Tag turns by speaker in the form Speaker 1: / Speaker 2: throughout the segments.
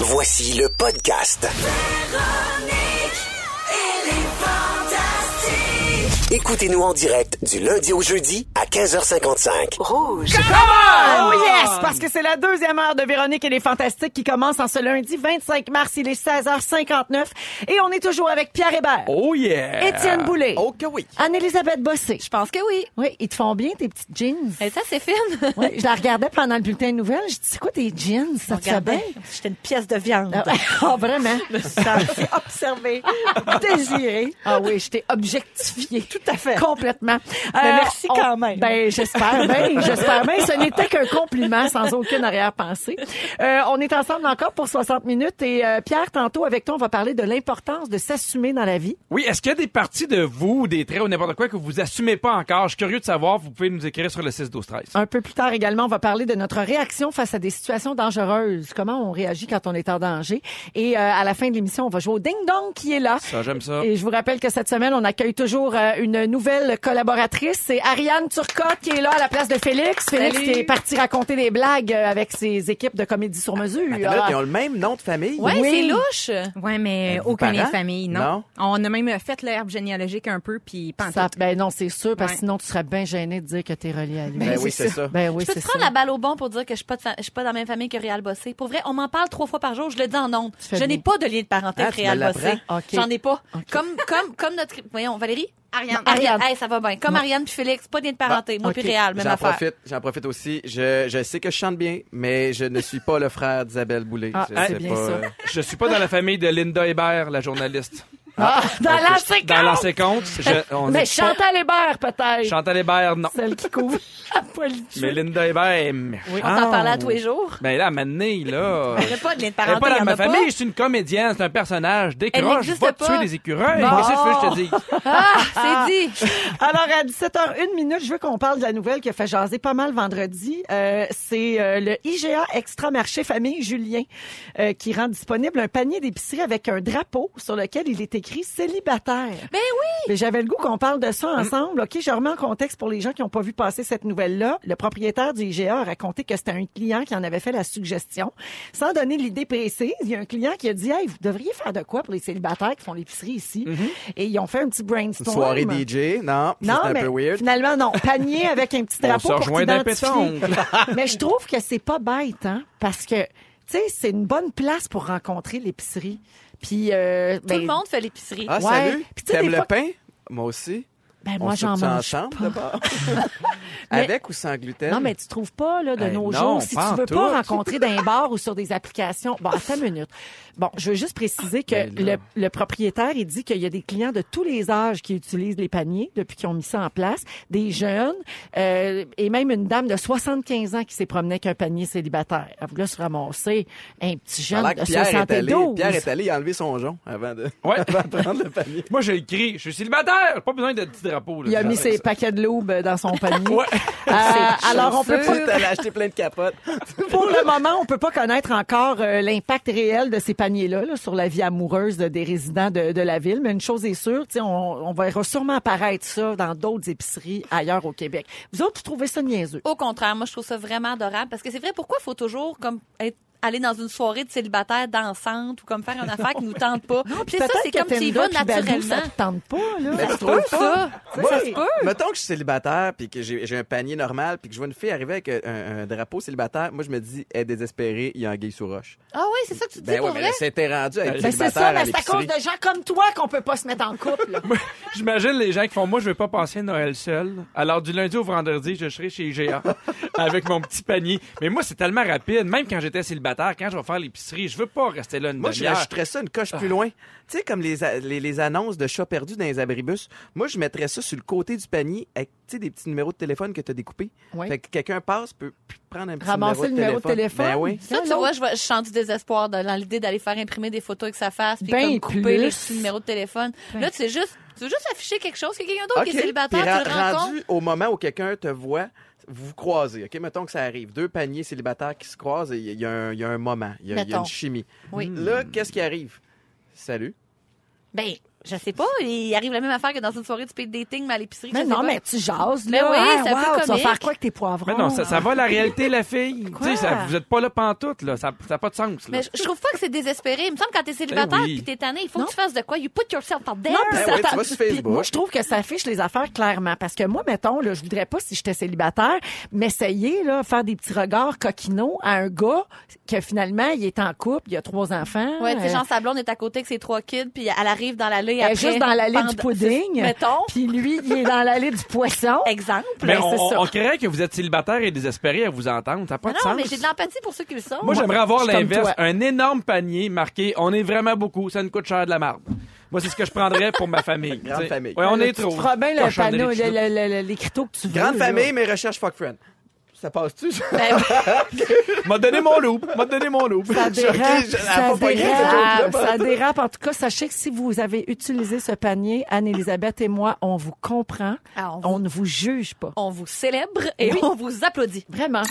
Speaker 1: Voici le podcast. Écoutez-nous en direct du lundi au jeudi à 15h55.
Speaker 2: Oh yes! Parce que c'est la deuxième heure de Véronique et les Fantastiques qui commence en ce lundi 25 mars. Il est 16h59 et on est toujours avec Pierre Hébert,
Speaker 3: Oh yeah!
Speaker 2: Étienne Boulay,
Speaker 3: Ok oui.
Speaker 2: Anne-Elisabeth Bossé.
Speaker 4: Je pense que oui.
Speaker 2: Oui, ils te font bien tes petites jeans.
Speaker 5: Eh,
Speaker 4: Elle est assez fine.
Speaker 2: Oui, je la regardais pendant le bulletin de nouvelles. Je dis, c'est quoi tes jeans? Ça te fait bien?
Speaker 6: Regardez, J'étais une pièce de viande.
Speaker 2: Ah, ah, vraiment?
Speaker 6: Ça s'est observé, désiré.
Speaker 2: Ah oui, je t'ai objectifiée. Tout
Speaker 6: à fait.
Speaker 2: Complètement. Euh,
Speaker 6: Mais merci quand même.
Speaker 2: Ben, j'espère bien, j'espère bien. Ce n'était qu'un compliment sans aucune arrière-pensée. Euh, on est ensemble encore pour 60 minutes et euh, Pierre, tantôt avec toi, on va parler de l'importance de s'assumer dans la vie.
Speaker 3: Oui, est-ce qu'il y a des parties de vous, des traits ou n'importe quoi que vous assumez pas encore? Je suis curieux de savoir. Vous pouvez nous écrire sur le 6 12 13
Speaker 2: Un peu plus tard également, on va parler de notre réaction face à des situations dangereuses. Comment on réagit quand on est en danger. Et euh, à la fin de l'émission, on va jouer au Ding Dong qui est là.
Speaker 3: Ça, j'aime ça.
Speaker 2: Et je vous rappelle que cette semaine, on accueille toujours euh, une nouvelle collaboratrice. C'est Ariane Turcotte qui est là à la place de Félix. Félix
Speaker 4: Salut.
Speaker 2: qui est parti raconter des blagues euh, avec ses équipes de comédie sur mesure.
Speaker 7: Attends, là, ils ont le même nom de famille.
Speaker 4: Ouais,
Speaker 2: Oui.
Speaker 4: c'est louche.
Speaker 5: Ouais, mais
Speaker 7: Êtes-vous
Speaker 5: aucun lien de
Speaker 7: parents?
Speaker 5: famille, non.
Speaker 7: Non?
Speaker 5: On a même fait l'herbe généalogique un peu, puis pas en
Speaker 2: Ça-
Speaker 5: tout.
Speaker 2: ben non, c'est sûr, parce que
Speaker 5: Ouais.
Speaker 2: sinon tu serais bien gêné de dire que t'es relié à lui.
Speaker 7: Ben oui, c'est ça.
Speaker 2: Ben oui,
Speaker 4: Je peux
Speaker 2: c'est
Speaker 4: te
Speaker 2: ça.
Speaker 4: prendre la balle au bon pour dire que je suis pas, de fa- je suis pas dans la même famille que Réal Bossé. Pour vrai, on m'en parle trois fois par jour. Je le dis en ondes.
Speaker 2: fais
Speaker 4: Je n'ai
Speaker 2: bien.
Speaker 4: pas de lien de parenté
Speaker 7: Ah,
Speaker 4: avec
Speaker 7: tu me
Speaker 4: Réal Bossé.
Speaker 7: l'apprends?
Speaker 2: OK.
Speaker 4: J'en ai pas. Comme, comme, comme notre, voyons, Valérie. Ariane.
Speaker 2: Ariane.
Speaker 4: Ariane. Hey, ça va bien. Comme Ariane puis Félix, pas de lien de parenté. Moi
Speaker 2: OK.
Speaker 4: puis Réal, même
Speaker 7: J'en
Speaker 4: affaire.
Speaker 7: profite, j'en profite aussi. Je, je sais que je chante bien, mais je ne suis pas le frère d'Isabelle Boulay.
Speaker 2: Ah,
Speaker 7: Je
Speaker 2: ah,
Speaker 7: sais
Speaker 2: bien
Speaker 7: pas,
Speaker 2: ça.
Speaker 7: euh,
Speaker 3: Je suis pas dans la famille de Linda Hébert, la journaliste.
Speaker 2: Ah, dans la séquence!
Speaker 3: Dans la séquence, je, on
Speaker 2: Mais
Speaker 3: est pas-
Speaker 2: Chantal Hébert, peut-être.
Speaker 3: Chantal Hébert, non.
Speaker 2: Celle qui couvre la politique.
Speaker 3: Mais Linda Hébert,
Speaker 4: On s'en parlait à tous les jours.
Speaker 3: Ben là, maintenant, là.
Speaker 4: Il n'y a
Speaker 3: Elle
Speaker 4: pas de lien de
Speaker 3: est
Speaker 4: parenté.
Speaker 3: pas
Speaker 4: il y
Speaker 3: dans
Speaker 4: en
Speaker 3: ma
Speaker 4: a pas.
Speaker 3: famille, c'est une comédienne, c'est un personnage. Décroche,
Speaker 4: n'existe
Speaker 3: va
Speaker 4: pas.
Speaker 3: tuer des écureuils.
Speaker 4: Bon.
Speaker 3: Qu'est-ce que je te dis?
Speaker 4: Ah, c'est dit.
Speaker 2: Alors, à 17h01 minute, je veux qu'on parle de la nouvelle qui a fait jaser pas mal vendredi. Euh, c'est euh, le IGA Extra Marché Famille Julien euh, qui rend disponible un panier d'épicerie avec un drapeau sur lequel il est écrit célibataire.
Speaker 4: Ben oui.
Speaker 2: Mais j'avais le goût qu'on parle de ça
Speaker 7: Mm.
Speaker 2: ensemble. OK, je remets en contexte pour les gens qui n'ont pas vu passer cette nouvelle-là. Le propriétaire du IGA a raconté que c'était un client qui en avait fait la suggestion. Sans donner l'idée précise, il y a un client qui a dit Hey, vous devriez faire de quoi pour les célibataires qui font l'épicerie ici? Et ils ont fait un petit
Speaker 7: Mm-hmm. Une
Speaker 2: brainstorm.
Speaker 7: soirée DJ, non, ça,
Speaker 2: Non,
Speaker 7: c'est un
Speaker 2: mais
Speaker 7: peu weird.
Speaker 2: finalement, non. Panier avec un petit
Speaker 3: On
Speaker 2: drapeau
Speaker 3: se
Speaker 2: pour
Speaker 3: rejoint dans la
Speaker 2: t'identifier. mais je trouve que c'est pas bête, hein, parce que, tu sais, c'est une bonne place pour rencontrer l'épicerie. Puis, euh,
Speaker 4: Tout le monde fait l'épicerie.
Speaker 7: Ah,
Speaker 2: Ouais.
Speaker 7: salut.
Speaker 2: Puis tu sais, des
Speaker 7: T'aimes le
Speaker 2: fois-
Speaker 7: pain? Moi aussi.
Speaker 2: ben,
Speaker 7: On
Speaker 2: moi,
Speaker 7: se
Speaker 2: j'en
Speaker 7: fait-tu
Speaker 2: mange
Speaker 7: ensemble,
Speaker 2: pas.
Speaker 7: d'abord?
Speaker 2: Mais-
Speaker 7: Avec ou sans gluten?
Speaker 2: Non, mais tu trouves pas, là, de
Speaker 7: Hey,
Speaker 2: nos
Speaker 3: non,
Speaker 2: jours, si tu
Speaker 3: pas en
Speaker 2: veux
Speaker 3: tout.
Speaker 2: pas rencontrer dans un bar ou sur des applications. Bon, attends une minute. Bon, je veux juste préciser que
Speaker 7: Ben
Speaker 2: le, le propriétaire, il dit qu'il y a des clients de tous les âges qui utilisent les paniers depuis qu'ils ont mis ça en place, des jeunes, euh, et même une dame de 75 ans qui s'est promenée avec un panier célibataire. Elle voulait se ramasser un petit
Speaker 7: Ça a
Speaker 2: jeune
Speaker 7: l'air
Speaker 2: de
Speaker 7: que Pierre est allé,
Speaker 2: 72.
Speaker 7: Pierre est allé enlever son jonc avant de,
Speaker 3: Ouais.
Speaker 7: avant de prendre le panier.
Speaker 3: Moi, j'ai le cri. Je suis célibataire. Pas besoin de petit drapeau. là.
Speaker 2: Il a mis
Speaker 3: Ça-
Speaker 2: ses paquets de l'aube dans son panier.
Speaker 3: Ouais.
Speaker 2: Euh, alors, on peut pas Ah,
Speaker 7: Tu allé acheter plein de capotes.
Speaker 2: Pour le moment, on peut pas connaître encore euh, l'impact réel de ces paniers-là là, sur la vie amoureuse de- des résidents de, de la ville. Mais une chose est sûre, tu sais, on, on va sûrement apparaître ça dans d'autres épiceries ailleurs au Québec. Vous autres, vous trouvez ça niaiseux?
Speaker 4: Au contraire, moi, je trouve ça vraiment adorable parce que c'est vrai, pourquoi faut toujours comme être aller dans une soirée de célibataire dansante ou comme faire une affaire qui nous tente pas. c'est ça,
Speaker 2: Peut-être
Speaker 4: c'est
Speaker 2: que
Speaker 4: comme tu y
Speaker 2: Tinder
Speaker 4: vas
Speaker 2: puis Badoo,
Speaker 4: naturellement.
Speaker 2: Ça te tente pas, là.
Speaker 7: Mais tu trouves
Speaker 4: Ça,
Speaker 2: Ça,
Speaker 7: Moi,
Speaker 2: ça se peut.
Speaker 7: Mettons que je suis célibataire puis que j'ai j'ai un panier normal puis que je vois une fille arriver avec un, un drapeau célibataire, moi je me dis elle est désespérée, il y a un gay sous roche.
Speaker 4: Ah oui, c'est ça que tu dis
Speaker 7: Ben
Speaker 4: pour
Speaker 7: ouais, mais
Speaker 4: vrai.
Speaker 7: elle s'était rendue à être
Speaker 3: Ben,
Speaker 2: Ben, c'est ça,
Speaker 7: célibataire
Speaker 2: mais
Speaker 7: à
Speaker 2: c'est à cause
Speaker 7: l'épicerie.
Speaker 2: de gens comme toi qu'on peut pas se mettre en couple. là.
Speaker 3: Moi, J'imagine les gens qui font Moi, je vais pas passer Noël seul. Alors, du lundi au vendredi, je serai chez IGA avec mon petit panier. Mais moi, c'est tellement rapide. Même quand j'étais célibataire, quand je vais faire l'épicerie, je veux pas rester là une
Speaker 7: Moi, je
Speaker 3: demi-heure.
Speaker 7: rajouterais ça une coche plus loin. Tu sais, comme les, a- les, les annonces de chats perdus dans les abribus, moi, je mettrais ça sur le côté du panier avec tu sais, des petits numéros de téléphone que tu as découpés.
Speaker 2: Oui.
Speaker 7: Fait que quelqu'un passe, peut prendre un petit
Speaker 2: Ramasser le numéro de téléphone.
Speaker 7: Ben oui.
Speaker 4: Ça, tu vois, je, vois- je sens du désespoir de- dans l'idée d'aller faire imprimer des photos avec sa face puis comme
Speaker 2: Ben
Speaker 4: couper
Speaker 2: plus. Ben.
Speaker 4: les petits numéros de téléphone. Là, tu sais juste, tu veux juste afficher quelque chose que quelqu'un d'autre qui est
Speaker 7: OK.
Speaker 4: célibataire,
Speaker 7: Puis
Speaker 4: tu le
Speaker 7: ra-
Speaker 4: rencontres.
Speaker 7: rendu au moment où quelqu'un te voit, vous vous croisez. OK, mettons que ça arrive. Deux paniers célibataires qui se croisent et il y, a un- il y a un moment, il y a, il y a
Speaker 4: Mettons.
Speaker 7: une chimie.
Speaker 4: Oui.
Speaker 7: Là, qu'est-ce qui arrive? Salut.
Speaker 4: Ben, Je sais pas, il arrive la même affaire que dans une soirée du speed dating, mais à l'épicerie.
Speaker 2: Mais
Speaker 4: je sais
Speaker 2: non,
Speaker 4: pas.
Speaker 2: mais tu jases,
Speaker 4: Mais
Speaker 2: là.
Speaker 4: oui,
Speaker 2: hein,
Speaker 4: c'est un peu
Speaker 2: wow, Tu vas
Speaker 4: comique.
Speaker 2: faire quoi avec tes poivrons?
Speaker 3: Mais non, ça, ça va la réalité, la fille.
Speaker 2: Quoi?
Speaker 3: Tu sais, ça- vous êtes pas là pantoute, là. Ça n'a pas de sens, là.
Speaker 4: Mais je, je trouve pas que c'est désespéré. Il me semble que quand t'es célibataire
Speaker 3: Ben oui.
Speaker 4: puis t'es tanné, il faut que tu fasses de quoi. You put yourself out there.
Speaker 2: Non,
Speaker 4: Puis
Speaker 2: puis
Speaker 7: Ben
Speaker 2: ça
Speaker 7: oui, tu
Speaker 2: t'a-
Speaker 7: vas sur
Speaker 2: puis
Speaker 7: Facebook.
Speaker 2: Moi, je trouve que ça affiche les affaires clairement. Parce que moi, mettons, là, je voudrais pas, si j'étais célibataire, m'essayer, là, faire des petits regards coquinaux à un gars que finalement, il est en couple, il a trois enfants.
Speaker 4: Ouais, tu sais,
Speaker 2: euh,
Speaker 4: genre, Sablon est à côté avec ses trois kids, puis elle arrive dans l'allée
Speaker 2: elle est
Speaker 4: après.
Speaker 2: juste dans l'allée
Speaker 4: pendant-
Speaker 2: du pudding.
Speaker 4: Mettons.
Speaker 2: Puis lui, il est dans l'allée du poisson.
Speaker 4: Exemple.
Speaker 3: Mais
Speaker 2: Ben, c'est
Speaker 3: on,
Speaker 2: ça.
Speaker 3: on crée que vous êtes célibataire et désespéré à vous entendre. Ça n'a pas
Speaker 4: Mais
Speaker 3: de
Speaker 4: non,
Speaker 3: sens.
Speaker 4: mais j'ai de l'empathie pour ceux qui le sont.
Speaker 3: Moi, j'aimerais
Speaker 2: je
Speaker 3: avoir
Speaker 2: suis comme
Speaker 3: l'inverse.
Speaker 2: toi.
Speaker 3: Un énorme panier marqué On est vraiment beaucoup, ça nous coûte cher de la marde. Moi, c'est ce que je prendrais pour ma famille.
Speaker 7: Grande
Speaker 3: tu sais.
Speaker 7: famille.
Speaker 3: Ouais, on
Speaker 2: Là,
Speaker 3: est
Speaker 2: Euh, tu
Speaker 3: trop.
Speaker 2: te feras bien le
Speaker 3: cochonnerie,
Speaker 2: panneau,
Speaker 3: tout ça.
Speaker 2: le- le- le- le- les criteaux que tu veux.
Speaker 7: Grande
Speaker 2: là.
Speaker 7: famille, mais recherche fuck friend. Ça passe-tu? ça?
Speaker 4: Ben oui.
Speaker 3: M'a donné mon loup. M'a donné mon loup.
Speaker 2: Ça
Speaker 7: Je suis
Speaker 2: dérape,
Speaker 7: choqué, je- elle a
Speaker 2: ça
Speaker 7: pas pogné cette
Speaker 2: dérape,
Speaker 7: joke-là,
Speaker 2: ça dérape. En tout cas, sachez que si vous avez utilisé ce panier, Anne-Elisabeth et moi, on vous comprend.
Speaker 4: Ah, on vous-
Speaker 2: On ne vous juge pas.
Speaker 4: on vous célèbre et on vous applaudit.
Speaker 2: Vraiment.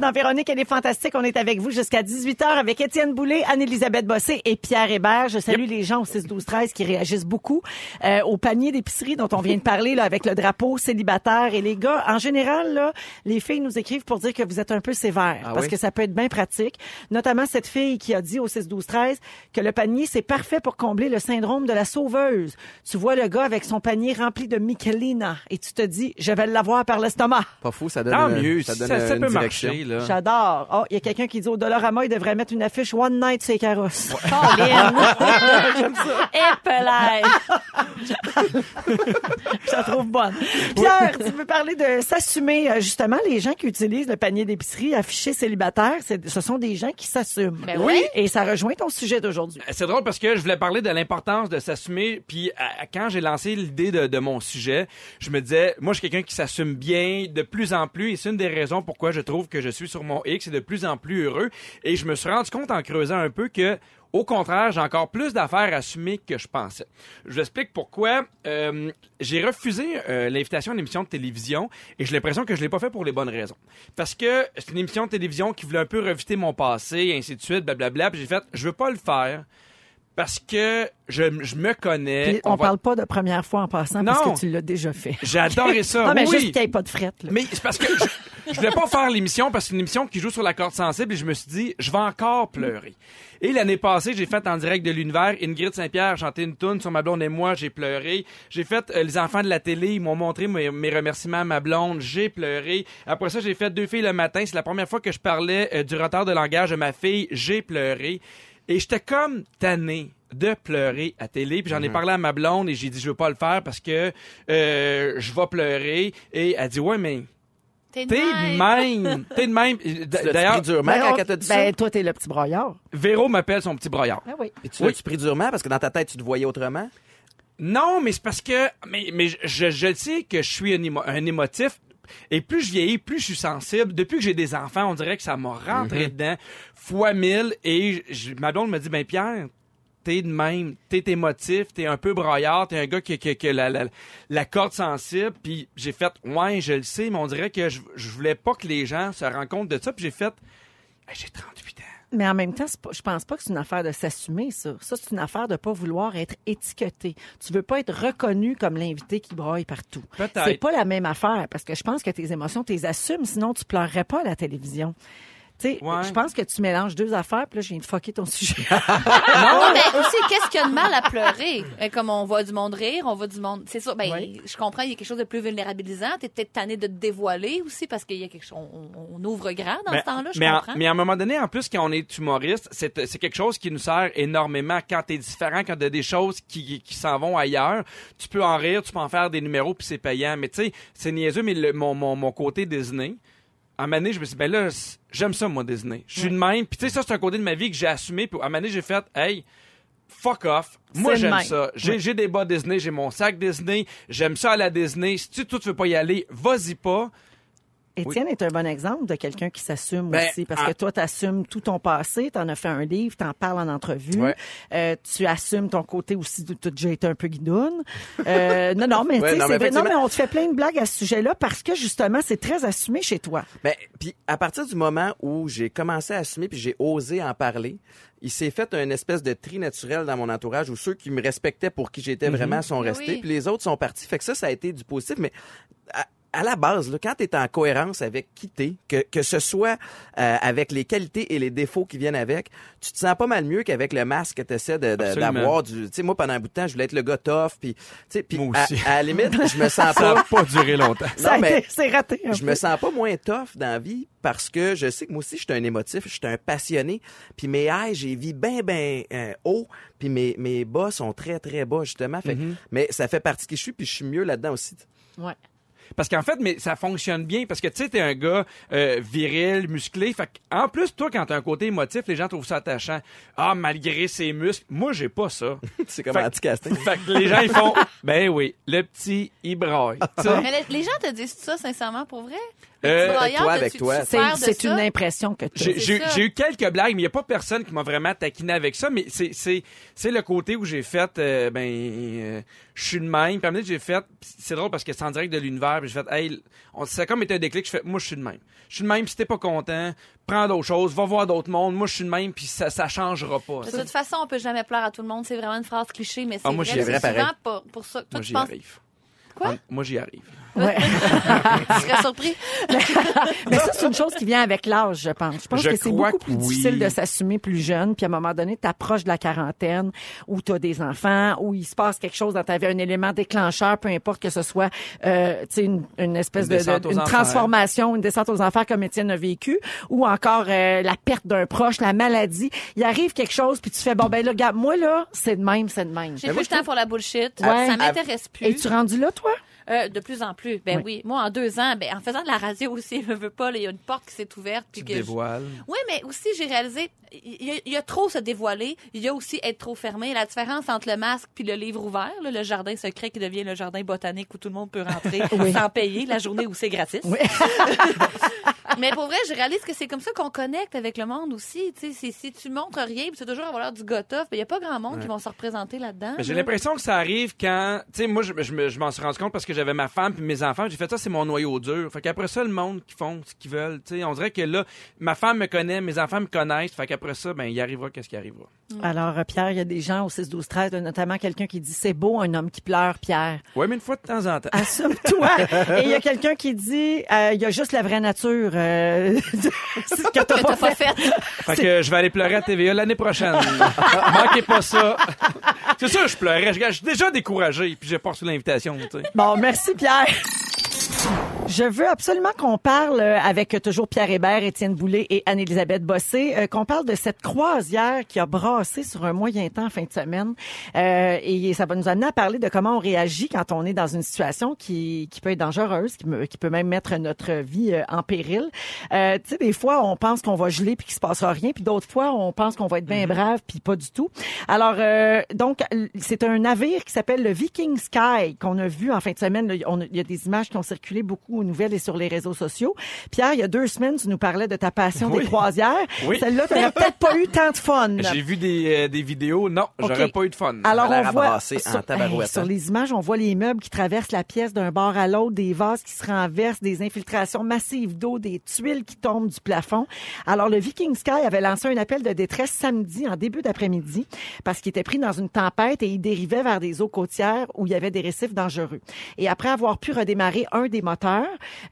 Speaker 2: Dans Véronique, elle est fantastique. On est avec vous jusqu'à 18h avec Étienne Boulay, Anne-Elisabeth Bossé et Pierre Hébert. Je salue les gens au 6-12-13 qui réagissent beaucoup euh, au panier d'épicerie dont on vient de parler là, avec le drapeau célibataire. Et les gars, en général, là, les filles nous écrivent pour dire que vous êtes un peu sévères
Speaker 7: Ah
Speaker 2: parce
Speaker 7: oui?
Speaker 2: que ça peut être bien pratique. Notamment cette fille qui a dit au 6-12-13 que le panier, c'est parfait pour combler le syndrome de la sauveuse. Tu vois le gars avec son panier rempli de Michelina et tu te dis, je vais l'avoir par l'estomac.
Speaker 7: Pas fou, ça donne,
Speaker 3: Tant
Speaker 7: un-
Speaker 3: mieux.
Speaker 7: ça
Speaker 3: Ça,
Speaker 7: donne
Speaker 3: ça
Speaker 7: une
Speaker 3: peut
Speaker 7: direction.
Speaker 3: marcher, là.
Speaker 2: J'adore. Oh, il y a quelqu'un qui dit au Dollarama, il devrait mettre une affiche One Night, c'est carrosse.
Speaker 4: Épelage.
Speaker 2: Je la trouve bonne. Pierre, tu veux parler de s'assumer. Euh, Justement, les gens qui utilisent le panier d'épicerie affiché célibataire, c'est- ce sont des gens qui s'assument.
Speaker 4: Ben oui.
Speaker 2: Et ça rejoint ton sujet d'aujourd'hui.
Speaker 3: Euh, C'est drôle parce que je voulais parler de l'importance de s'assumer. Puis à- à- quand j'ai lancé l'idée de, de mon sujet, je me disais, moi, je suis quelqu'un qui s'assume bien de plus en plus. Et c'est une des raisons pourquoi je trouve que je suis sur mon X et de plus en plus heureux. Et je me suis rendu compte en creusant un peu que, au contraire, j'ai encore plus d'affaires à assumer que je pensais. Je vous explique pourquoi. Euh, j'ai refusé euh, l'invitation à une émission de télévision et j'ai l'impression que je l'ai pas fait pour les bonnes raisons. Parce que c'est une émission de télévision qui voulait un peu revisiter mon passé, et ainsi de suite, blablabla. Puis j'ai fait, je veux pas le faire parce que je, je me connais.
Speaker 2: Puis on,
Speaker 3: Eh, va-
Speaker 2: parle pas de première fois en passant parce
Speaker 3: Non.
Speaker 2: que tu l'as déjà fait.
Speaker 3: J'ai adoré ça.
Speaker 2: Non, mais
Speaker 3: oui.
Speaker 2: juste qu'il n'y ait pas de fret. là.
Speaker 3: Mais c'est parce que je, je voulais pas faire l'émission parce que c'est une émission qui joue sur la corde sensible et je me suis dit, je vais encore pleurer. Et l'année passée, j'ai fait en direct de l'univers Ingrid Saint-Pierre chanter une toune sur ma blonde et moi, j'ai pleuré. J'ai fait euh, les enfants de la télé, ils m'ont montré mes, mes remerciements à ma blonde, j'ai pleuré. Après ça, j'ai fait deux filles le matin, c'est la première fois que je parlais euh, du retard de langage de ma fille, j'ai pleuré. Et j'étais comme tanné de pleurer à télé. Puis j'en ai parlé à ma blonde et j'ai dit, je veux pas le faire parce que euh, je vais pleurer. Et elle dit, ouais, mais
Speaker 4: T'es
Speaker 3: t'es de
Speaker 4: nice.
Speaker 3: même. T'es de même. Et d-
Speaker 7: Tu l'as-tu
Speaker 3: D'ailleurs,
Speaker 7: pris durement quand
Speaker 2: on-
Speaker 7: elle t'a dit
Speaker 2: ben,
Speaker 7: ça?
Speaker 2: toi, t'es le petit broyard.
Speaker 3: Véro m'appelle son petit broyard.
Speaker 4: Ben
Speaker 2: Ah oui.
Speaker 7: Et tu l'as-tu pris durement parce que dans ta tête, tu te voyais autrement?
Speaker 3: Non, mais c'est parce que... Mais, mais je, je, je le sais que je suis un, émo- un émotif. Et plus je vieillis, plus je suis sensible. Depuis que j'ai des enfants, on dirait que ça m'a rentré dedans fois mille. Et je- ma blonde me dit, ben Pierre, t'es de même, t'es émotif, t'es un peu braillard, t'es un gars qui qui- qui a la, la, la corde sensible. Puis j'ai fait, ouais, je le sais, mais on dirait que je, je voulais pas que les gens se rendent compte de ça. Puis j'ai fait, Hey, j'ai 38 ans.
Speaker 2: Mais en même temps, c'est pas- je pense pas que c'est une affaire de s'assumer, ça. Ça, c'est une affaire de pas vouloir être étiqueté. Tu veux pas être reconnu comme l'invité qui broille partout.
Speaker 3: Peut-être.
Speaker 2: C'est pas la même affaire, parce que je pense que tes émotions, tu les assumes, sinon tu pleurerais pas à la télévision. Tu sais,
Speaker 3: Ouais.
Speaker 2: je pense que tu mélanges deux affaires, puis là, je viens de fucker ton sujet.
Speaker 4: Ah Non, mais aussi, qu'est-ce qu'il y a de mal à pleurer? Ben, Comme on voit du monde rire, on voit du monde. C'est sûr, ben,
Speaker 2: Oui.
Speaker 4: je comprends, il y a quelque chose de plus vulnérabilisant. T'es peut-être tanné de te dévoiler aussi parce qu'il y a quelque chose. On, on ouvre grand dans
Speaker 3: mais,
Speaker 4: ce temps-là, je
Speaker 3: mais à-
Speaker 4: comprends.
Speaker 3: mais à un moment donné, en plus, quand on est humoriste, c'est, c'est quelque chose qui nous sert énormément. Quand t'es différent, quand t'as des choses qui, qui s'en vont ailleurs, tu peux en rire, tu peux en faire des numéros, puis c'est payant. Mais tu sais, c'est niaiseux, mais le- mon, mon, mon côté Disney, à un moment donné, je me suis dit, ben là, c- j'aime ça, moi, Disney. Je suis de même. Puis tu sais, ça, c'est un côté de ma vie que j'ai assumé. Puis à un moment donné, j'ai fait, hey, fuck off.
Speaker 2: C'est
Speaker 3: Moi,
Speaker 2: le
Speaker 3: j'aime
Speaker 2: même.
Speaker 3: ça. J'ai, j'ai des bas Disney, j'ai mon sac Disney, j'aime ça à la Disney. Si tu, toi, tu veux pas y aller, vas-y pas.
Speaker 2: Étienne est un bon exemple de quelqu'un qui s'assume
Speaker 3: Ben,
Speaker 2: aussi, parce
Speaker 3: ah.
Speaker 2: que toi, tu assumes tout ton passé, tu en as fait un livre, tu en parles en entrevue,
Speaker 3: Ouais.
Speaker 2: Euh, tu assumes ton côté aussi, de- tu as déjà été un peu guidoune. Euh, non, non, mais
Speaker 7: Ouais,
Speaker 2: tu sais, c'est vrai.
Speaker 7: non, mais
Speaker 2: Non, mais
Speaker 7: effectivement.
Speaker 2: on te fait plein de blagues à ce sujet-là parce que justement, c'est très assumé chez toi.
Speaker 7: Ben, puis à partir du moment où j'ai commencé à assumer puis j'ai osé en parler, il s'est fait un espèce de tri naturel dans mon entourage où ceux qui me respectaient pour qui
Speaker 3: Mhm.
Speaker 7: j'étais vraiment sont
Speaker 4: Oui,
Speaker 7: restés,
Speaker 4: oui.
Speaker 7: puis les autres sont partis. Fait que ça, ça a été du positif, mais à, à la base, là, quand tu es en cohérence avec qui t'es, que, que ce soit euh, avec les qualités et les défauts qui viennent avec, tu te sens pas mal mieux qu'avec le masque que tu essaies
Speaker 3: Absolument.
Speaker 7: d'avoir. Du... Tu sais, moi, pendant un bout de temps, je voulais être le gars tough, puis tu sais, puis
Speaker 3: Moi
Speaker 7: à,
Speaker 3: aussi.
Speaker 7: à la limite, je me sens
Speaker 3: Ça
Speaker 7: pas...
Speaker 3: n'a pas duré longtemps.
Speaker 2: Ça a
Speaker 7: Non, mais-
Speaker 2: été- c'est raté. un
Speaker 7: Je
Speaker 2: peu.
Speaker 7: me sens pas moins tough dans la vie parce que je sais que moi aussi, je suis un émotif, je suis un passionné. Puis mes highs, j'ai vis bien, bien haut. Puis mes, mes bas sont très, très bas, justement. Fait, que-
Speaker 2: Mm-hmm.
Speaker 7: Mais ça fait partie de qui je suis, puis je suis mieux là-dedans aussi.
Speaker 3: Parce qu'en fait, mais ça fonctionne bien parce que tu sais, t'es un gars euh, viril, musclé. Fait en plus, toi, quand t'as un côté émotif, les gens trouvent ça attachant. Ah, malgré ses muscles, moi, j'ai pas ça.
Speaker 7: C'est comme anti-casting.
Speaker 3: fait que les gens, ils font, ben oui, le petit, il braille. Tu sais?
Speaker 4: Mais les- les gens te disent ça, sincèrement, pour vrai?
Speaker 3: Euh,
Speaker 4: Broyard,
Speaker 7: toi,
Speaker 4: t'as-tu
Speaker 7: avec toi.
Speaker 4: souffert
Speaker 2: C'est-
Speaker 4: de
Speaker 2: C'est
Speaker 4: ça?
Speaker 2: une impression que tu
Speaker 3: J'ai
Speaker 4: C'est
Speaker 3: j'ai-
Speaker 4: ça.
Speaker 3: j'ai eu quelques blagues, mais il n'y a pas personne qui m'a vraiment taquiné avec ça. Mais c'est- c'est c'est le côté où j'ai fait, euh, ben, euh, je suis de même. Puis à un moment donné, j'ai fait, puis c'est drôle parce que c'est en direct de l'univers. Puis j'ai fait, hey, on, ça a comme été un déclic. Je fais, moi, je suis de même. Je suis de même. Si t'es pas content, prends d'autres choses, va voir d'autres mondes. Moi, je suis de même. Puis ça, ça changera pas.
Speaker 4: De toute façon, on peut jamais plaire à tout le monde. C'est vraiment une phrase cliché, mais c'est
Speaker 3: Ah, moi, j'y
Speaker 4: vrai.
Speaker 7: arriverais
Speaker 4: C'est
Speaker 7: pareil.
Speaker 4: souvent pour, pour ça. Toi,
Speaker 3: Moi,
Speaker 4: tu
Speaker 3: j'y
Speaker 4: penses
Speaker 3: arrive.
Speaker 4: Quoi?
Speaker 3: Ah, Moi, j'y arrive.
Speaker 2: Ouais.
Speaker 4: tu serais surpris.
Speaker 2: Mais ça, c'est une chose qui vient avec l'âge, je pense. Je pense
Speaker 3: Je
Speaker 2: que c'est
Speaker 3: crois
Speaker 2: beaucoup plus
Speaker 3: que oui.
Speaker 2: difficile de s'assumer plus jeune, puis à un moment donné, t'approches de la quarantaine, où t'as des enfants, où il se passe quelque chose dans ta vie, un élément déclencheur, peu importe que ce soit, euh, tu sais, une, une espèce
Speaker 3: Une
Speaker 2: de-
Speaker 3: descente
Speaker 2: de,
Speaker 3: aux
Speaker 2: une
Speaker 3: enfers.
Speaker 2: transformation, une descente aux enfers comme Étienne a vécu, ou encore euh, la perte d'un proche, la maladie. Il arrive quelque chose, puis tu fais, bon ben là, regarde, moi là, c'est de même, c'est de même.
Speaker 4: J'ai
Speaker 3: Ben,
Speaker 7: Mais moi,
Speaker 4: plus
Speaker 7: je
Speaker 4: le temps pour la bullshit.
Speaker 2: Ouais. Ah,
Speaker 4: Ça m'intéresse plus.
Speaker 2: Et tu rendu là, toi?
Speaker 4: Euh, de plus en plus. Ben oui. Moi, en deux ans, ben, en faisant de la radio aussi, je veux pas, là, il y a une porte qui s'est ouverte. Puis
Speaker 3: Tu te
Speaker 4: que je-
Speaker 3: dévoiles.
Speaker 4: Oui, mais aussi, j'ai réalisé, il y, a- il y a trop se dévoiler, il y a aussi être trop fermé. La différence entre le masque puis le livre ouvert, là, le jardin secret qui devient le jardin botanique où tout le monde peut rentrer sans payer, la journée où c'est gratis. mais pour vrai, je réalise que c'est comme ça qu'on connecte avec le monde aussi. Tu sais, c'est- si tu montres rien, puis tu vas toujours avoir l'air du gotof, il y a pas grand monde qui vont se représenter là-dedans.
Speaker 3: Mais Ben, J'ai
Speaker 2: Mhm.
Speaker 4: là.
Speaker 3: l'impression que ça arrive quand, tu sais, moi, je, je me- je m'en suis rendu compte parce que j'avais ma femme puis mes enfants. J'ai fait ça, c'est mon noyau dur. Fait qu'après ça, le monde qui font ce qu'ils veulent. Tu sais, on dirait que là, ma femme me connaît, mes enfants me connaissent. Fait qu'après ça, ben, il arrivera qu'est-ce qui arrivera.
Speaker 2: Alors, euh, Pierre, il y a des gens au 6-12-13, notamment quelqu'un qui dit, c'est beau un homme qui pleure, Pierre.
Speaker 3: Ouais, mais une fois de temps en
Speaker 2: Ah,
Speaker 3: temps.
Speaker 2: Assume-toi. Et il y a quelqu'un qui dit, euh, il y a juste la vraie nature. euh, c'est ce que t'as
Speaker 4: Que t'as
Speaker 2: pas
Speaker 4: pas
Speaker 2: fait.
Speaker 4: fait.
Speaker 3: Fait que je vais aller pleurer à TVA l'année prochaine. Manquez pas ça. c'est sûr, je pleurais. Je, je suis déjà découragé puis j'ai pas reçu l'invitation, tu sais.
Speaker 2: Bon, merci Pierre. Je veux absolument qu'on parle euh, avec euh, toujours Pierre Hébert, Étienne Boulay et Anne-Élisabeth Bossé, euh, qu'on parle de cette croisière qui a brassé sur un moyen temps en fin de semaine. Euh, et ça va nous amener à parler de comment on réagit quand on est dans une situation qui, qui peut être dangereuse, qui, me- qui peut même mettre notre vie euh, en péril. Euh, tu sais, des fois, on pense qu'on va geler puis qu'il se passera rien, puis d'autres fois, on pense qu'on va être
Speaker 3: Mhm.
Speaker 2: bien brave puis pas du tout. Alors, euh, donc, l- c'est un navire qui s'appelle le Viking Sky qu'on a vu en fin de semaine. Là, on a- Il y a des images qui ont circulé beaucoup aux nouvelles et sur les réseaux sociaux. Pierre, il y a deux semaines, tu nous parlais de ta passion
Speaker 3: Oui.
Speaker 2: des croisières.
Speaker 3: Oui.
Speaker 2: Celle-là, tu peut-être pas eu tant de fun.
Speaker 3: J'ai vu des, euh, des vidéos. Non,
Speaker 2: Ok.
Speaker 3: j'aurais pas eu de fun.
Speaker 2: Alors,
Speaker 7: Elle a
Speaker 2: on
Speaker 7: l'air
Speaker 2: voit
Speaker 7: abrassée en tabarouette,
Speaker 2: sur
Speaker 7: hein.
Speaker 2: les images, on voit les meubles qui traversent la pièce d'un bord à l'autre, des vases qui se renversent, des infiltrations massives d'eau, des tuiles qui tombent du plafond. Alors, le Viking Sky avait lancé un appel de détresse samedi en début d'après-midi parce qu'il était pris dans une tempête et il dérivait vers des eaux côtières où il y avait des récifs dangereux. Et après avoir pu redémarrer un des moteurs,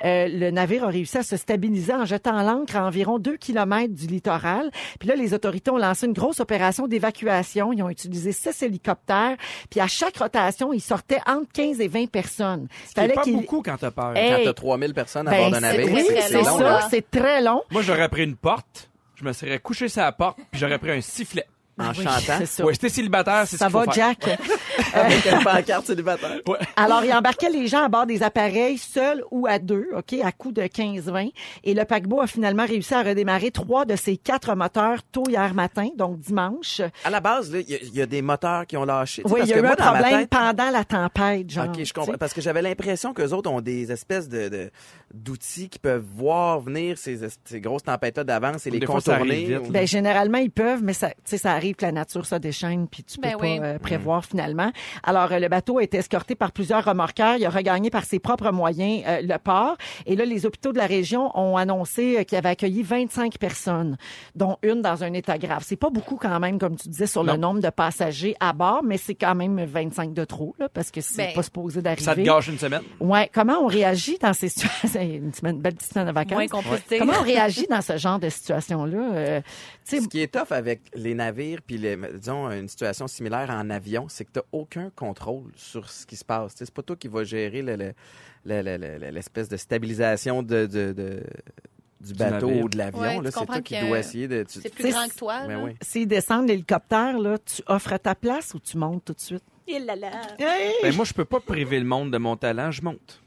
Speaker 2: euh, le navire a réussi à se stabiliser en jetant l'ancre à environ 2 kilomètres du littoral. Puis là, les autorités ont lancé une grosse opération d'évacuation. Ils ont utilisé six hélicoptères. Puis à chaque rotation, ils sortaient entre 15 et 20 personnes.
Speaker 3: C'est
Speaker 2: Fallait
Speaker 3: pas
Speaker 2: qu'il-
Speaker 3: beaucoup quand t'as peur.
Speaker 2: Hey,
Speaker 7: Quand t'as 3000 personnes à
Speaker 2: Ben,
Speaker 7: bord d'un
Speaker 2: c'est-
Speaker 7: navire,
Speaker 2: oui,
Speaker 4: très, très
Speaker 2: c'est
Speaker 4: long,
Speaker 2: ça,
Speaker 4: là.
Speaker 2: c'est très long.
Speaker 3: Moi, j'aurais pris une porte. Je me serais couché sur la porte puis j'aurais pris un sifflet.
Speaker 7: en
Speaker 2: Ah oui,
Speaker 7: chantant.
Speaker 2: c'est ça.
Speaker 3: Ouais, j'étais célibataire, c'est
Speaker 2: Ça
Speaker 3: ce qu'il
Speaker 2: va,
Speaker 3: faut faire.
Speaker 2: Jack?
Speaker 7: Avec une pancarte célibataire.
Speaker 3: Ouais.
Speaker 2: Alors, il embarquait les gens à bord des appareils, seuls ou à deux, OK, à coût de 15-20. Et le paquebot a finalement réussi à redémarrer trois de ses quatre moteurs tôt hier matin, donc dimanche.
Speaker 7: À la base, là, il y, a- il y a des moteurs qui ont lâché. Tu sais,
Speaker 2: Oui, il
Speaker 7: parce
Speaker 2: y a
Speaker 7: que
Speaker 2: eu
Speaker 7: moi,
Speaker 2: un
Speaker 7: dans ma
Speaker 2: problème
Speaker 7: tête-
Speaker 2: pendant la tempête, genre.
Speaker 7: OK, je
Speaker 2: Ah, tu
Speaker 7: comprends.
Speaker 2: sais.
Speaker 7: Parce que j'avais l'impression qu'eux autres ont des espèces de, de- d'outils qui peuvent voir venir ces, es- ces grosses tempêtes-là d'avance et les
Speaker 3: Des fois, ça
Speaker 7: contourner.
Speaker 3: arrive vite, là.
Speaker 4: Mm.
Speaker 2: Ben, généralement, ils peuvent, mais ça, tu sais, ça arrive que la nature se déchaîne, puis tu peux
Speaker 4: Ben
Speaker 2: pas
Speaker 4: oui.
Speaker 2: euh, prévoir finalement. Alors, euh, le bateau a été escorté par plusieurs remorqueurs. Il a regagné par ses propres moyens euh, le port. Et là, les hôpitaux de la région ont annoncé euh, qu'ils avaient accueilli 25 personnes, dont une dans un état grave. C'est pas beaucoup quand même, comme tu disais, sur le nombre de passagers à bord, mais c'est quand même 25 de trop, là, parce que c'est
Speaker 4: Ben,
Speaker 2: pas supposé
Speaker 3: Ça te
Speaker 2: d'arriver.
Speaker 3: gâche une semaine.
Speaker 2: Ouais. Comment on réagit dans ces situations? C'est une, semaine- une belle petite semaine de vacances.
Speaker 4: Moins qu'on puisse dire.
Speaker 2: Comment on réagit dans ce genre de situation-là? Euh, tu sais,
Speaker 7: Ce qui est tough avec les navires, puis les, disons une situation similaire en avion, c'est que tu aucun contrôle sur ce qui se passe. Tu sais, C'est pas toi qui vas gérer le- le- le- le- le- l'espèce de stabilisation de, de- de- du bateau
Speaker 3: navire.
Speaker 7: ou de l'avion.
Speaker 4: Ouais,
Speaker 7: là.
Speaker 4: tu
Speaker 7: c'est toi
Speaker 4: comprends
Speaker 7: qui
Speaker 4: que
Speaker 7: dois essayer de... tu-
Speaker 4: C'est
Speaker 2: C'est-
Speaker 4: plus grand que toi.
Speaker 7: Ben
Speaker 4: là.
Speaker 7: oui.
Speaker 2: S'ils descendent l'hélicoptère, là, tu offres ta place ou tu montes tout de suite?
Speaker 6: Il l'a là.
Speaker 3: Ben, moi, je peux pas priver le monde de mon talent, je monte.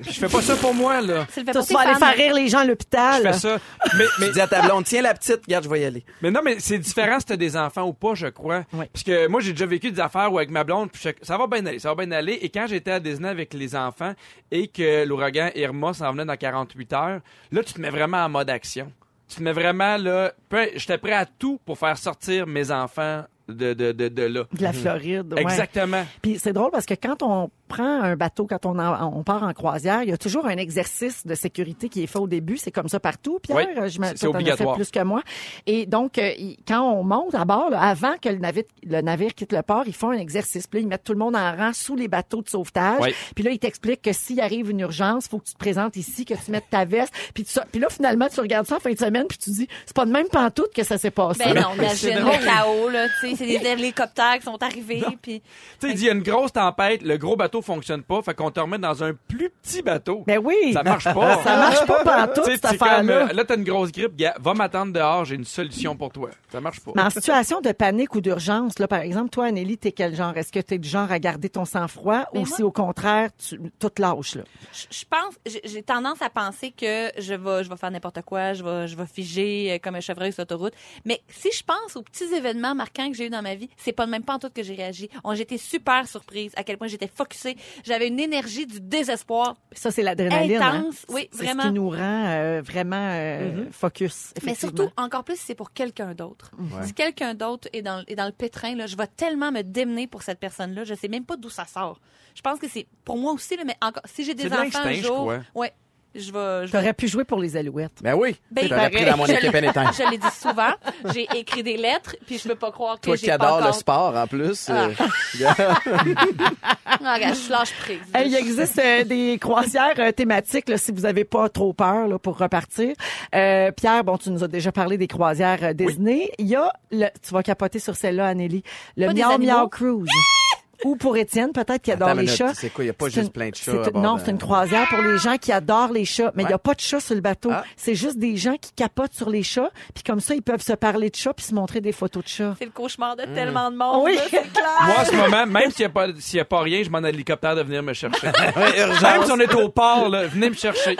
Speaker 3: Puis je fais pas ça pour moi, là.
Speaker 4: Tu le fais pas
Speaker 2: Toi, tu
Speaker 4: tes
Speaker 2: vas aller
Speaker 4: fans.
Speaker 2: faire rire les gens à
Speaker 3: Je fais
Speaker 2: l'hôpital.
Speaker 3: ça. Mais, mais,
Speaker 7: Tu dis à ta blonde, tiens la petite, regarde, je vais y aller.
Speaker 3: mais non, mais c'est différent si t'as des enfants ou pas, je crois.
Speaker 2: Ouais.
Speaker 3: Parce que moi, j'ai déjà vécu des affaires où avec ma blonde, puis je- ça va bien aller, ça va bien aller. Et quand j'étais à Disney avec les enfants et que l'ouragan Irma s'en venait dans 48 heures, là, tu te mets vraiment en mode action. Tu te mets vraiment, là, peu- j'étais prêt à tout pour faire sortir mes enfants de, de, de, de là.
Speaker 2: De la Floride. ouais.
Speaker 3: Exactement.
Speaker 2: Puis c'est drôle parce que quand on prend un bateau, quand on, en- on part en croisière, il y a toujours un exercice de sécurité qui est fait au début. C'est comme ça partout, Pierre.
Speaker 3: Oui,
Speaker 2: Euh, me-
Speaker 3: c'est- c'est
Speaker 2: toi, t'en as fait
Speaker 3: obligatoire.
Speaker 2: plus que moi. Et donc, euh, il- quand on monte à bord, là, avant que le navire, le navire quitte le port, ils font un exercice. Puis là, ils mettent tout le monde en rang sous les bateaux de sauvetage.
Speaker 3: Oui.
Speaker 2: Puis là, ils t'expliquent que s'il arrive une urgence, faut que tu te présentes ici, que tu mettes ta veste. Puis, tu, sors- puis là, finalement, tu regardes ça en fin de semaine, puis tu dis, c'est pas de même pantoute que ça s'est passé.
Speaker 4: Ben non,
Speaker 3: c'est
Speaker 4: imagine
Speaker 3: drôle.
Speaker 4: le chaos, là, tu sais, c'est des hélicoptères qui sont arrivés, puis
Speaker 3: Tu sais, il dit, il y a une grosse tempête, le gros bateau fonctionne pas, fait qu'on te remet dans un plus petit bateau.
Speaker 2: Ben oui.
Speaker 3: Ça marche pas.
Speaker 2: Ça marche pas
Speaker 3: Tu
Speaker 2: pantoute,
Speaker 3: sais,
Speaker 2: cette
Speaker 3: c'est comme,
Speaker 2: affaire-là.
Speaker 3: euh, Là, t'as une grosse grippe, gars, va m'attendre dehors, j'ai une solution pour toi. Ça marche pas.
Speaker 2: Mais en situation de panique ou d'urgence, là, par exemple, toi, Anélie, t'es quel genre? Est-ce que t'es du genre à garder ton sang-froid
Speaker 4: Ben
Speaker 2: ou
Speaker 4: moi-
Speaker 2: si au contraire, tu tout lâche, là?
Speaker 4: je je pense, j'ai- j'ai tendance à penser que je vais, je vais faire n'importe quoi, je vais, je vais figer euh, comme un chevreuil sur l'autoroute. Mais si je pense aux petits événements marquants que j'ai eu dans ma vie, c'est pas de même pas en tout que j'ai réagi. On- J'étais super surprise à quel point j'étais focusée. J'avais une énergie du désespoir.
Speaker 2: Ça, c'est l'adrénaline. hein?
Speaker 4: Intense, oui,
Speaker 2: C'est-
Speaker 4: vraiment. Mm-hmm.
Speaker 2: C'est ce qui nous rend euh, vraiment euh, focus.
Speaker 4: Mais
Speaker 2: effectivement.
Speaker 4: surtout, encore plus si c'est pour quelqu'un d'autre. Si quelqu'un d'autre est dans, est dans le pétrin, là, je vais tellement me démener pour cette personne-là, je sais même pas d'où ça sort. Je pense que c'est pour moi aussi, là, mais encore, si j'ai des
Speaker 3: C'est de
Speaker 4: enfants un
Speaker 3: l'instinct, je
Speaker 4: jour,
Speaker 3: crois.
Speaker 4: ouais, je vais, je vais
Speaker 2: T'aurais pu jouer pour les Alouettes.
Speaker 7: Ben oui,
Speaker 4: Ben,
Speaker 7: j'aurais pris dans mon
Speaker 4: je
Speaker 7: équipe
Speaker 4: l'ai-
Speaker 7: éteinte.
Speaker 4: Je l'ai dit souvent. J'ai écrit des lettres, puis je peux pas croire que
Speaker 7: Toi
Speaker 4: j'ai
Speaker 7: qui
Speaker 4: pas
Speaker 7: adore
Speaker 4: encore...
Speaker 7: le sport, en plus. euh,
Speaker 4: Ah, regarde, je lâche prise.
Speaker 2: Hey, il existe euh, des croisières euh, thématiques là, si vous n'avez pas trop peur là, pour repartir. Euh, Pierre, bon, tu nous as déjà parlé des croisières euh, Disney. Il y a, le, tu vas capoter sur celle-là, Anneli, le
Speaker 4: Pas des
Speaker 2: Miao Miao
Speaker 4: animaux.
Speaker 2: Cruise. Ou pour Étienne, peut-être qui
Speaker 7: Attends
Speaker 2: adore
Speaker 7: une
Speaker 2: les
Speaker 7: minute,
Speaker 2: chats.
Speaker 7: c'est quoi, il y a pas
Speaker 2: C'est
Speaker 7: juste
Speaker 2: une-
Speaker 7: plein de chats
Speaker 2: c'est
Speaker 7: à
Speaker 2: une-
Speaker 7: bord
Speaker 2: Non,
Speaker 7: de-
Speaker 2: c'est une croisière pour les gens qui adorent les chats, mais il y a
Speaker 7: Ouais.
Speaker 2: pas de chats sur le bateau.
Speaker 7: Ah.
Speaker 2: C'est juste des gens qui capotent sur les chats, puis comme ça, ils peuvent se parler de chats puis se montrer des photos de chats.
Speaker 4: C'est le cauchemar
Speaker 7: Mm.
Speaker 4: de tellement de monde.
Speaker 2: Oui.
Speaker 4: là, c'est clair.
Speaker 3: Moi, en ce moment, même s'il n'y a, pas- s'il y a pas rien, je demande à l'hélicoptère de venir me chercher. même si on est au port, là, venez me chercher.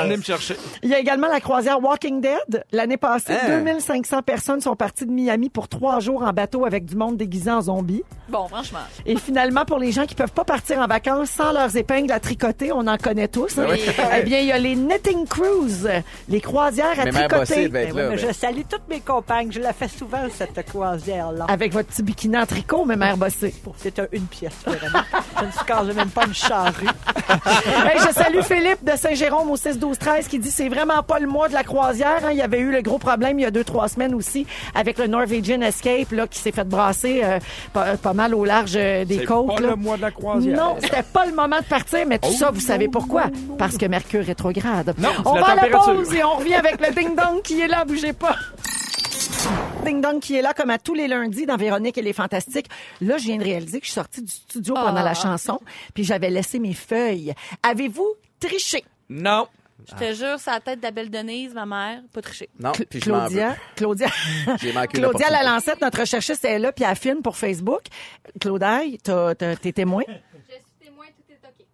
Speaker 3: Venez me chercher.
Speaker 2: Il y a également la croisière Walking Dead. L'année passée,
Speaker 7: Hein?
Speaker 2: 2500 personnes sont parties de Miami pour trois jours en bateau avec du monde déguisé en zombies.
Speaker 4: Bon, franchement.
Speaker 2: Et finalement, pour les gens qui peuvent pas partir en vacances sans leurs épingles à tricoter, on en connaît tous. hein.
Speaker 4: oui.
Speaker 2: Eh bien, il y a les knitting cruises, les croisières à
Speaker 7: Mais Mère Bossé
Speaker 2: tricoter.
Speaker 7: devait être
Speaker 2: Ben oui,
Speaker 7: là.
Speaker 2: mais
Speaker 7: ben.
Speaker 6: Je salue toutes mes compagnes. Je la fais souvent, cette croisière-là.
Speaker 2: Avec votre petit bikini en tricot, mais mère bossée.
Speaker 6: C'est un- une pièce, vraiment. Je ne suis quand même pas une charrue.
Speaker 2: Hey, je salue Philippe de Saint-Jérôme au 6-12-13 qui dit c'est vraiment pas le mois de la croisière. hein. Il y avait eu le gros problème il y a deux, trois semaines aussi avec le Norwegian Escape là, qui s'est fait brasser euh, pas, pas mal au large euh, des
Speaker 3: C'est
Speaker 2: côtes.
Speaker 3: pas
Speaker 2: là.
Speaker 3: le mois de la croisière.
Speaker 2: Non, c'était pas le moment de partir, mais tout ça, vous savez pourquoi? Parce que Mercure rétrograde.
Speaker 3: Non, c'est
Speaker 2: on
Speaker 3: la
Speaker 2: va à la
Speaker 3: température.
Speaker 2: pause et on revient avec le ding-dong qui est là, bougez pas. Ding Dong qui est là comme à tous les lundis dans Véronique et les Fantastiques. Là, je viens de réaliser que je suis sortie du Ah. studio pendant la chanson, puis j'avais laissé mes feuilles. Avez-vous triché?
Speaker 3: Non.
Speaker 4: Je
Speaker 7: Ah.
Speaker 4: te jure, c'est la tête de la belle Denise, ma mère, pas tricher.
Speaker 7: Non,
Speaker 2: Cl-
Speaker 7: Ah, puis je m'en veux.
Speaker 2: Claudia, Claudia,
Speaker 7: J'ai manqué
Speaker 2: Claudia
Speaker 7: l'opportunité.
Speaker 2: Lalancette, notre recherchiste, elle est là, puis elle filme pour Facebook. Claudaille, t'as- t'as- t'es témoin?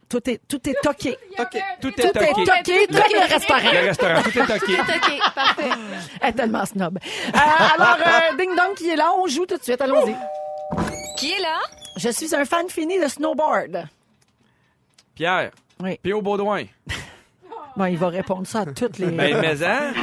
Speaker 2: Tout est, tout est toqué.
Speaker 3: Tout est
Speaker 2: Tout est
Speaker 3: toqué.
Speaker 2: toqué, tout est restaurant.
Speaker 3: Le restaurant, tout est toqué.
Speaker 4: OK, parfait.
Speaker 2: Elle est tellement snob. Euh, alors, euh, Ding Dong qui est là, on joue tout de suite, allons-y.
Speaker 5: Qui est là?
Speaker 2: Je suis un fan fini de snowboard.
Speaker 3: Pierre.
Speaker 2: Oui.
Speaker 3: P.O. Baudouin.
Speaker 2: Bon, il va répondre ça à toutes les...
Speaker 3: Ben, ah. mais hein?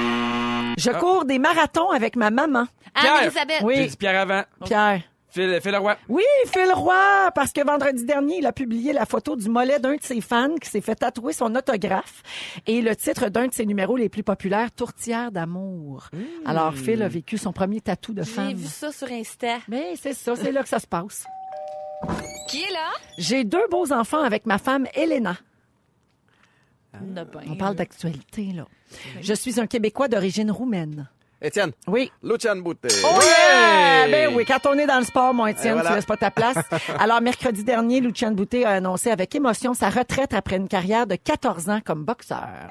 Speaker 2: Je cours des marathons avec ma maman.
Speaker 4: Anne-Elisabeth.
Speaker 3: J'ai
Speaker 2: Oui,
Speaker 3: dit Pierre avant.
Speaker 2: Pierre.
Speaker 3: Phil, Phil Roy.
Speaker 2: Oui, Phil Roy, parce que vendredi dernier, il a publié la photo du mollet d'un de ses fans qui s'est fait tatouer son autographe et le titre d'un de ses numéros les plus populaires, Tourtière d'amour.
Speaker 3: Mmh.
Speaker 2: Alors, Phil a vécu son premier tatou de fan.
Speaker 4: J'ai vu ça sur Insta.
Speaker 2: Mais c'est ça, c'est là que ça se passe.
Speaker 5: Qui est là?
Speaker 2: J'ai deux beaux enfants avec ma femme Elena.
Speaker 7: Ah,
Speaker 4: On a bien.
Speaker 2: On parle d'actualité, là. Je suis un Québécois d'origine roumaine.
Speaker 7: Étienne,
Speaker 2: Oui.
Speaker 7: Luciane Boutte.
Speaker 2: Oh yeah! Ben oui, quand on est dans le sport, mon Étienne,
Speaker 7: Et voilà.
Speaker 2: tu laisses pas ta place. Alors, mercredi dernier, Lucien Boutet a annoncé avec émotion sa retraite après une carrière de 14 ans comme boxeur.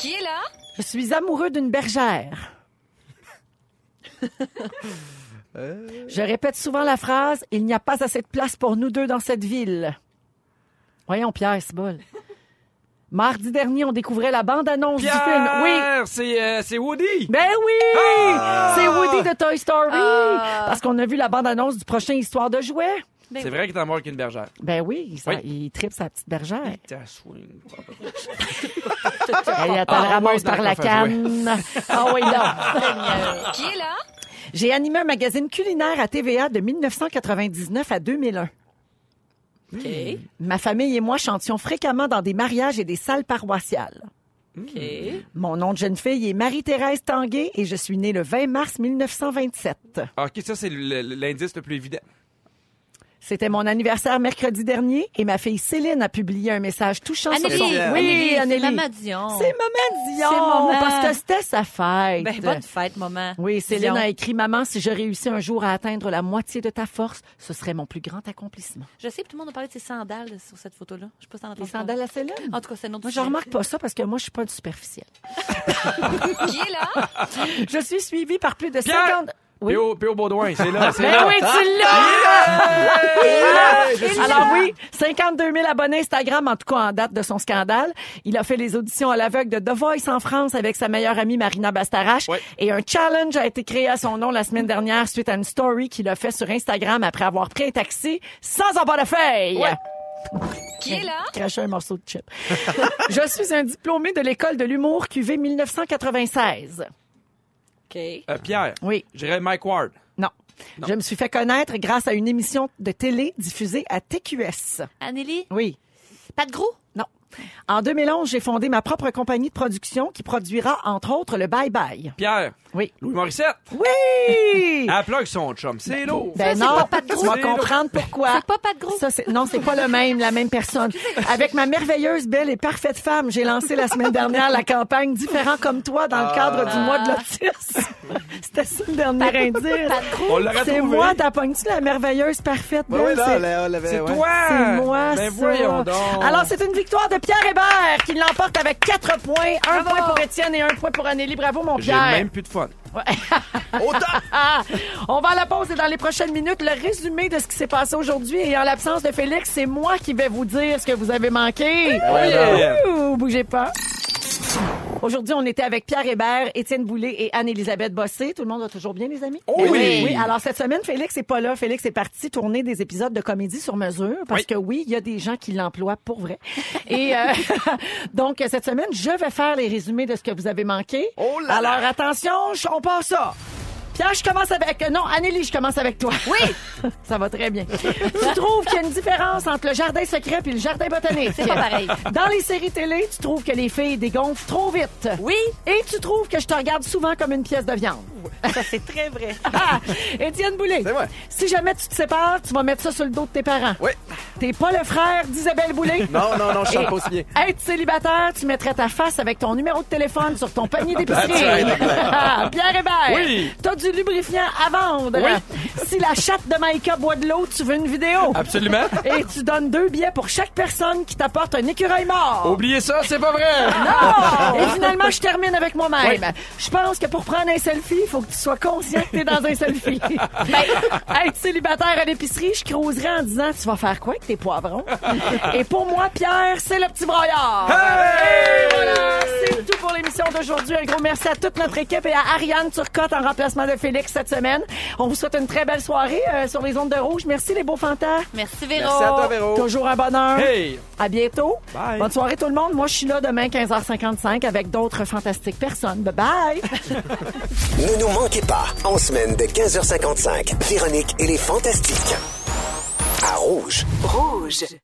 Speaker 5: Qui est là?
Speaker 2: Je suis amoureux d'une bergère. Je répète souvent la phrase « Il n'y a pas assez de place pour nous deux dans cette ville ». Voyons, Pierre, c'est bol. Mardi dernier, on découvrait la bande-annonce du film.
Speaker 3: Pierre!
Speaker 2: Oui,
Speaker 3: C'est, euh, c'est Woody.
Speaker 2: ben oui! C'est Woody de Toy Story! Parce qu'on a vu la bande-annonce du prochain Histoire de jouets.
Speaker 3: C'est vrai qu'il est en mort qu'une bergère.
Speaker 2: Ben oui, ça-
Speaker 3: Oui.
Speaker 2: il tripe sa petite bergère.
Speaker 3: Ta swing.
Speaker 2: Elle attend
Speaker 3: Ah,
Speaker 2: ramasse
Speaker 3: ouais,
Speaker 2: par la
Speaker 3: d'accord, enfin,
Speaker 2: canne. Ah oui, là.
Speaker 5: Qui est là?
Speaker 2: J'ai animé un magazine culinaire à TVA de 1999 à 2001.
Speaker 4: OK.
Speaker 2: Hmm. Ma famille et moi chantions fréquemment dans des mariages et des salles paroissiales.
Speaker 4: OK.
Speaker 2: Mon nom de jeune fille est Marie-Thérèse Tanguay et je suis née le 20 mars 1927.
Speaker 3: OK, ça, c'est le- le- l'indice le plus évident.
Speaker 2: C'était mon anniversaire mercredi dernier et ma fille Céline a publié un message touchant sur son...
Speaker 4: Anneli.
Speaker 7: Annélie,
Speaker 2: Oui,
Speaker 4: C'est
Speaker 2: Anneli.
Speaker 4: Maman Dion.
Speaker 2: C'est Maman Dion!
Speaker 4: C'est maman.
Speaker 2: Parce que c'était sa fête.
Speaker 4: Ben, bonne fête, maman.
Speaker 2: oui,
Speaker 4: Dion.
Speaker 2: Céline a écrit Maman, si je réussis un jour à atteindre la moitié de ta force, ce serait mon plus grand accomplissement.
Speaker 4: Je sais que tout le monde a parlé de ses sandales sur cette photo-là. Je sais pas si t'en as
Speaker 2: Les
Speaker 4: entendu parler.
Speaker 2: sandales à Céline?
Speaker 4: En tout cas, Ah, c'est notre
Speaker 2: Moi, je remarque pas ça parce que moi, je suis pas une superficielle.
Speaker 5: Qui est là?
Speaker 2: Je suis suivie par plus de
Speaker 3: Pierre!
Speaker 2: 50. Oui.
Speaker 3: P.O. P.O. Baudouin, c'est là, c'est
Speaker 2: Ben
Speaker 3: là.
Speaker 2: oui, tu l'as! Il est là! Alors oui, 52 000 abonnés Instagram, en tout cas en date de son scandale. Il a fait les auditions à l'aveugle de The Voice en France avec sa meilleure amie Marina Bastarache.
Speaker 3: Ouais.
Speaker 2: Et un challenge a été créé à son nom la semaine dernière suite à une story qu'il a fait sur Instagram après avoir pris un taxi sans avoir de feuille.
Speaker 5: Qui est là?
Speaker 2: Cracher un morceau de chip. Je suis un diplômé de l'école de l'humour QV 1996.
Speaker 3: Euh, Pierre.
Speaker 2: Oui.
Speaker 3: Je dirais Mike Ward.
Speaker 2: Non. Je me suis fait connaître grâce à une émission de télé diffusée à TQS.
Speaker 4: Anneli,
Speaker 2: Oui.
Speaker 4: pas de gros?
Speaker 2: Non. En 2011, j'ai fondé ma propre compagnie de production qui produira, entre autres, le Bye Bye.
Speaker 3: Pierre.
Speaker 2: Oui.
Speaker 3: Louis Morissette.
Speaker 2: Oui!
Speaker 3: Elle plug son chum. C'est lourd.
Speaker 2: Ben non, tu vas
Speaker 3: C'est
Speaker 2: comprendre pourquoi.
Speaker 4: C'est pas pas de gros.
Speaker 2: Ça, c'est- non, c'est pas le même, la même personne. Avec ma merveilleuse, belle et parfaite femme, j'ai lancé la semaine dernière la campagne Différent comme toi dans le cadre du mois de l'autisme.
Speaker 4: Ah.
Speaker 2: C'était ça le dernier indice.
Speaker 3: On l'aurait trouvé.
Speaker 2: C'est moi, t'appognes-tu la merveilleuse, parfaite,
Speaker 7: Ben
Speaker 2: belle?
Speaker 7: oui, là,
Speaker 2: C'est-
Speaker 7: on l'a- on l'avait,
Speaker 3: C'est
Speaker 7: ouais.
Speaker 3: toi.
Speaker 2: C'est moi,
Speaker 3: Ben
Speaker 2: ça.
Speaker 3: voyons donc.
Speaker 2: Alors, c'est une victoire de Pierre Hébert qui l'emporte avec 4 points. Un point pour Étienne et un point pour Anneli. Bravo, mon
Speaker 3: J'ai
Speaker 2: Pierre.
Speaker 3: même plus de fun.
Speaker 7: Au top!
Speaker 2: Ah! on va à la pause et dans les prochaines minutes, le résumé de ce qui s'est passé aujourd'hui. Et en l'absence de Félix, c'est moi qui vais vous dire ce que vous avez
Speaker 7: Eh
Speaker 2: manqué.
Speaker 3: yeah.
Speaker 2: Ouh, bougez pas. Aujourd'hui, on était avec Pierre Hébert, Étienne Boulay et Anne-Élisabeth Bossé. Tout le monde va toujours bien, les amis?
Speaker 3: Oui.
Speaker 2: alors cette semaine, Félix est pas là. Félix est parti tourner des épisodes de comédie sur mesure parce
Speaker 3: Oui.
Speaker 2: que oui, il y a des gens qui l'emploient pour vrai. Et euh, donc, cette semaine, je vais faire les résumés de ce que vous avez manqué.
Speaker 7: Oh là là.
Speaker 2: alors, attention, je- on part ça. Pierre, je commence avec... euh, Non, Anneli, je commence avec toi. Oui! ça va très bien. tu trouves qu'il y a une différence entre le jardin secret et le jardin botanique.
Speaker 4: C'est pas pareil.
Speaker 2: Dans les séries télé, tu trouves que les filles dégonflent trop vite.
Speaker 4: Oui.
Speaker 2: Et tu trouves que je te regarde souvent comme une pièce de viande.
Speaker 3: moi.
Speaker 6: Ça, c'est très vrai.
Speaker 2: Ah! Étienne Boulay,
Speaker 7: C'est moi.
Speaker 2: si jamais tu te sépares, tu vas mettre ça sur le dos de tes parents.
Speaker 7: Oui.
Speaker 2: T'es pas le frère d'Isabelle Boulay.
Speaker 7: Non, non, non, je chante pas aussi bien.
Speaker 2: Être célibataire, tu mettrais ta face avec ton numéro de téléphone sur ton panier d'épicerie.
Speaker 7: That's right.
Speaker 2: Ah, Pierre Hébert,
Speaker 3: Oui.
Speaker 2: t'as du lubrifiant à vendre.
Speaker 3: Oui.
Speaker 2: Si la chatte de Maïka boit de l'eau, tu veux une vidéo.
Speaker 3: Absolument.
Speaker 2: Et tu donnes deux billets pour chaque personne qui t'apporte un écureuil mort.
Speaker 3: Oubliez ça, c'est pas vrai.
Speaker 2: Non!
Speaker 3: Ah!
Speaker 2: Et finalement, je termine avec moi-même. Je pense que pour prendre un selfie, il faut que tu sois conscient que t'es dans un selfie. Ben, être célibataire à l'épicerie, je creuserais en disant tu vas faire quoi avec tes poivrons? Et pour moi, Pierre, c'est le petit broyard.
Speaker 3: Hey!
Speaker 2: Et voilà, c'est tout pour l'émission d'aujourd'hui. Un gros merci à toute notre équipe et à Ariane Turcotte en remplacement de Félix cette semaine. On vous souhaite une très belle soirée euh, sur les ondes de rouge. Merci les beaux fantas.
Speaker 4: Merci, Véro.
Speaker 7: Merci à toi, Véro.
Speaker 2: Toujours un bonheur.
Speaker 3: Hey.
Speaker 2: À bientôt.
Speaker 3: Bye.
Speaker 2: Bonne soirée tout le monde. Moi, je suis là demain 15h55 avec d'autres fantastiques personnes. Bye bye.
Speaker 1: Ne nous manquez pas, en semaine de 15h55, Véronique et les Fantastiques. À Rouge.
Speaker 8: Rouge.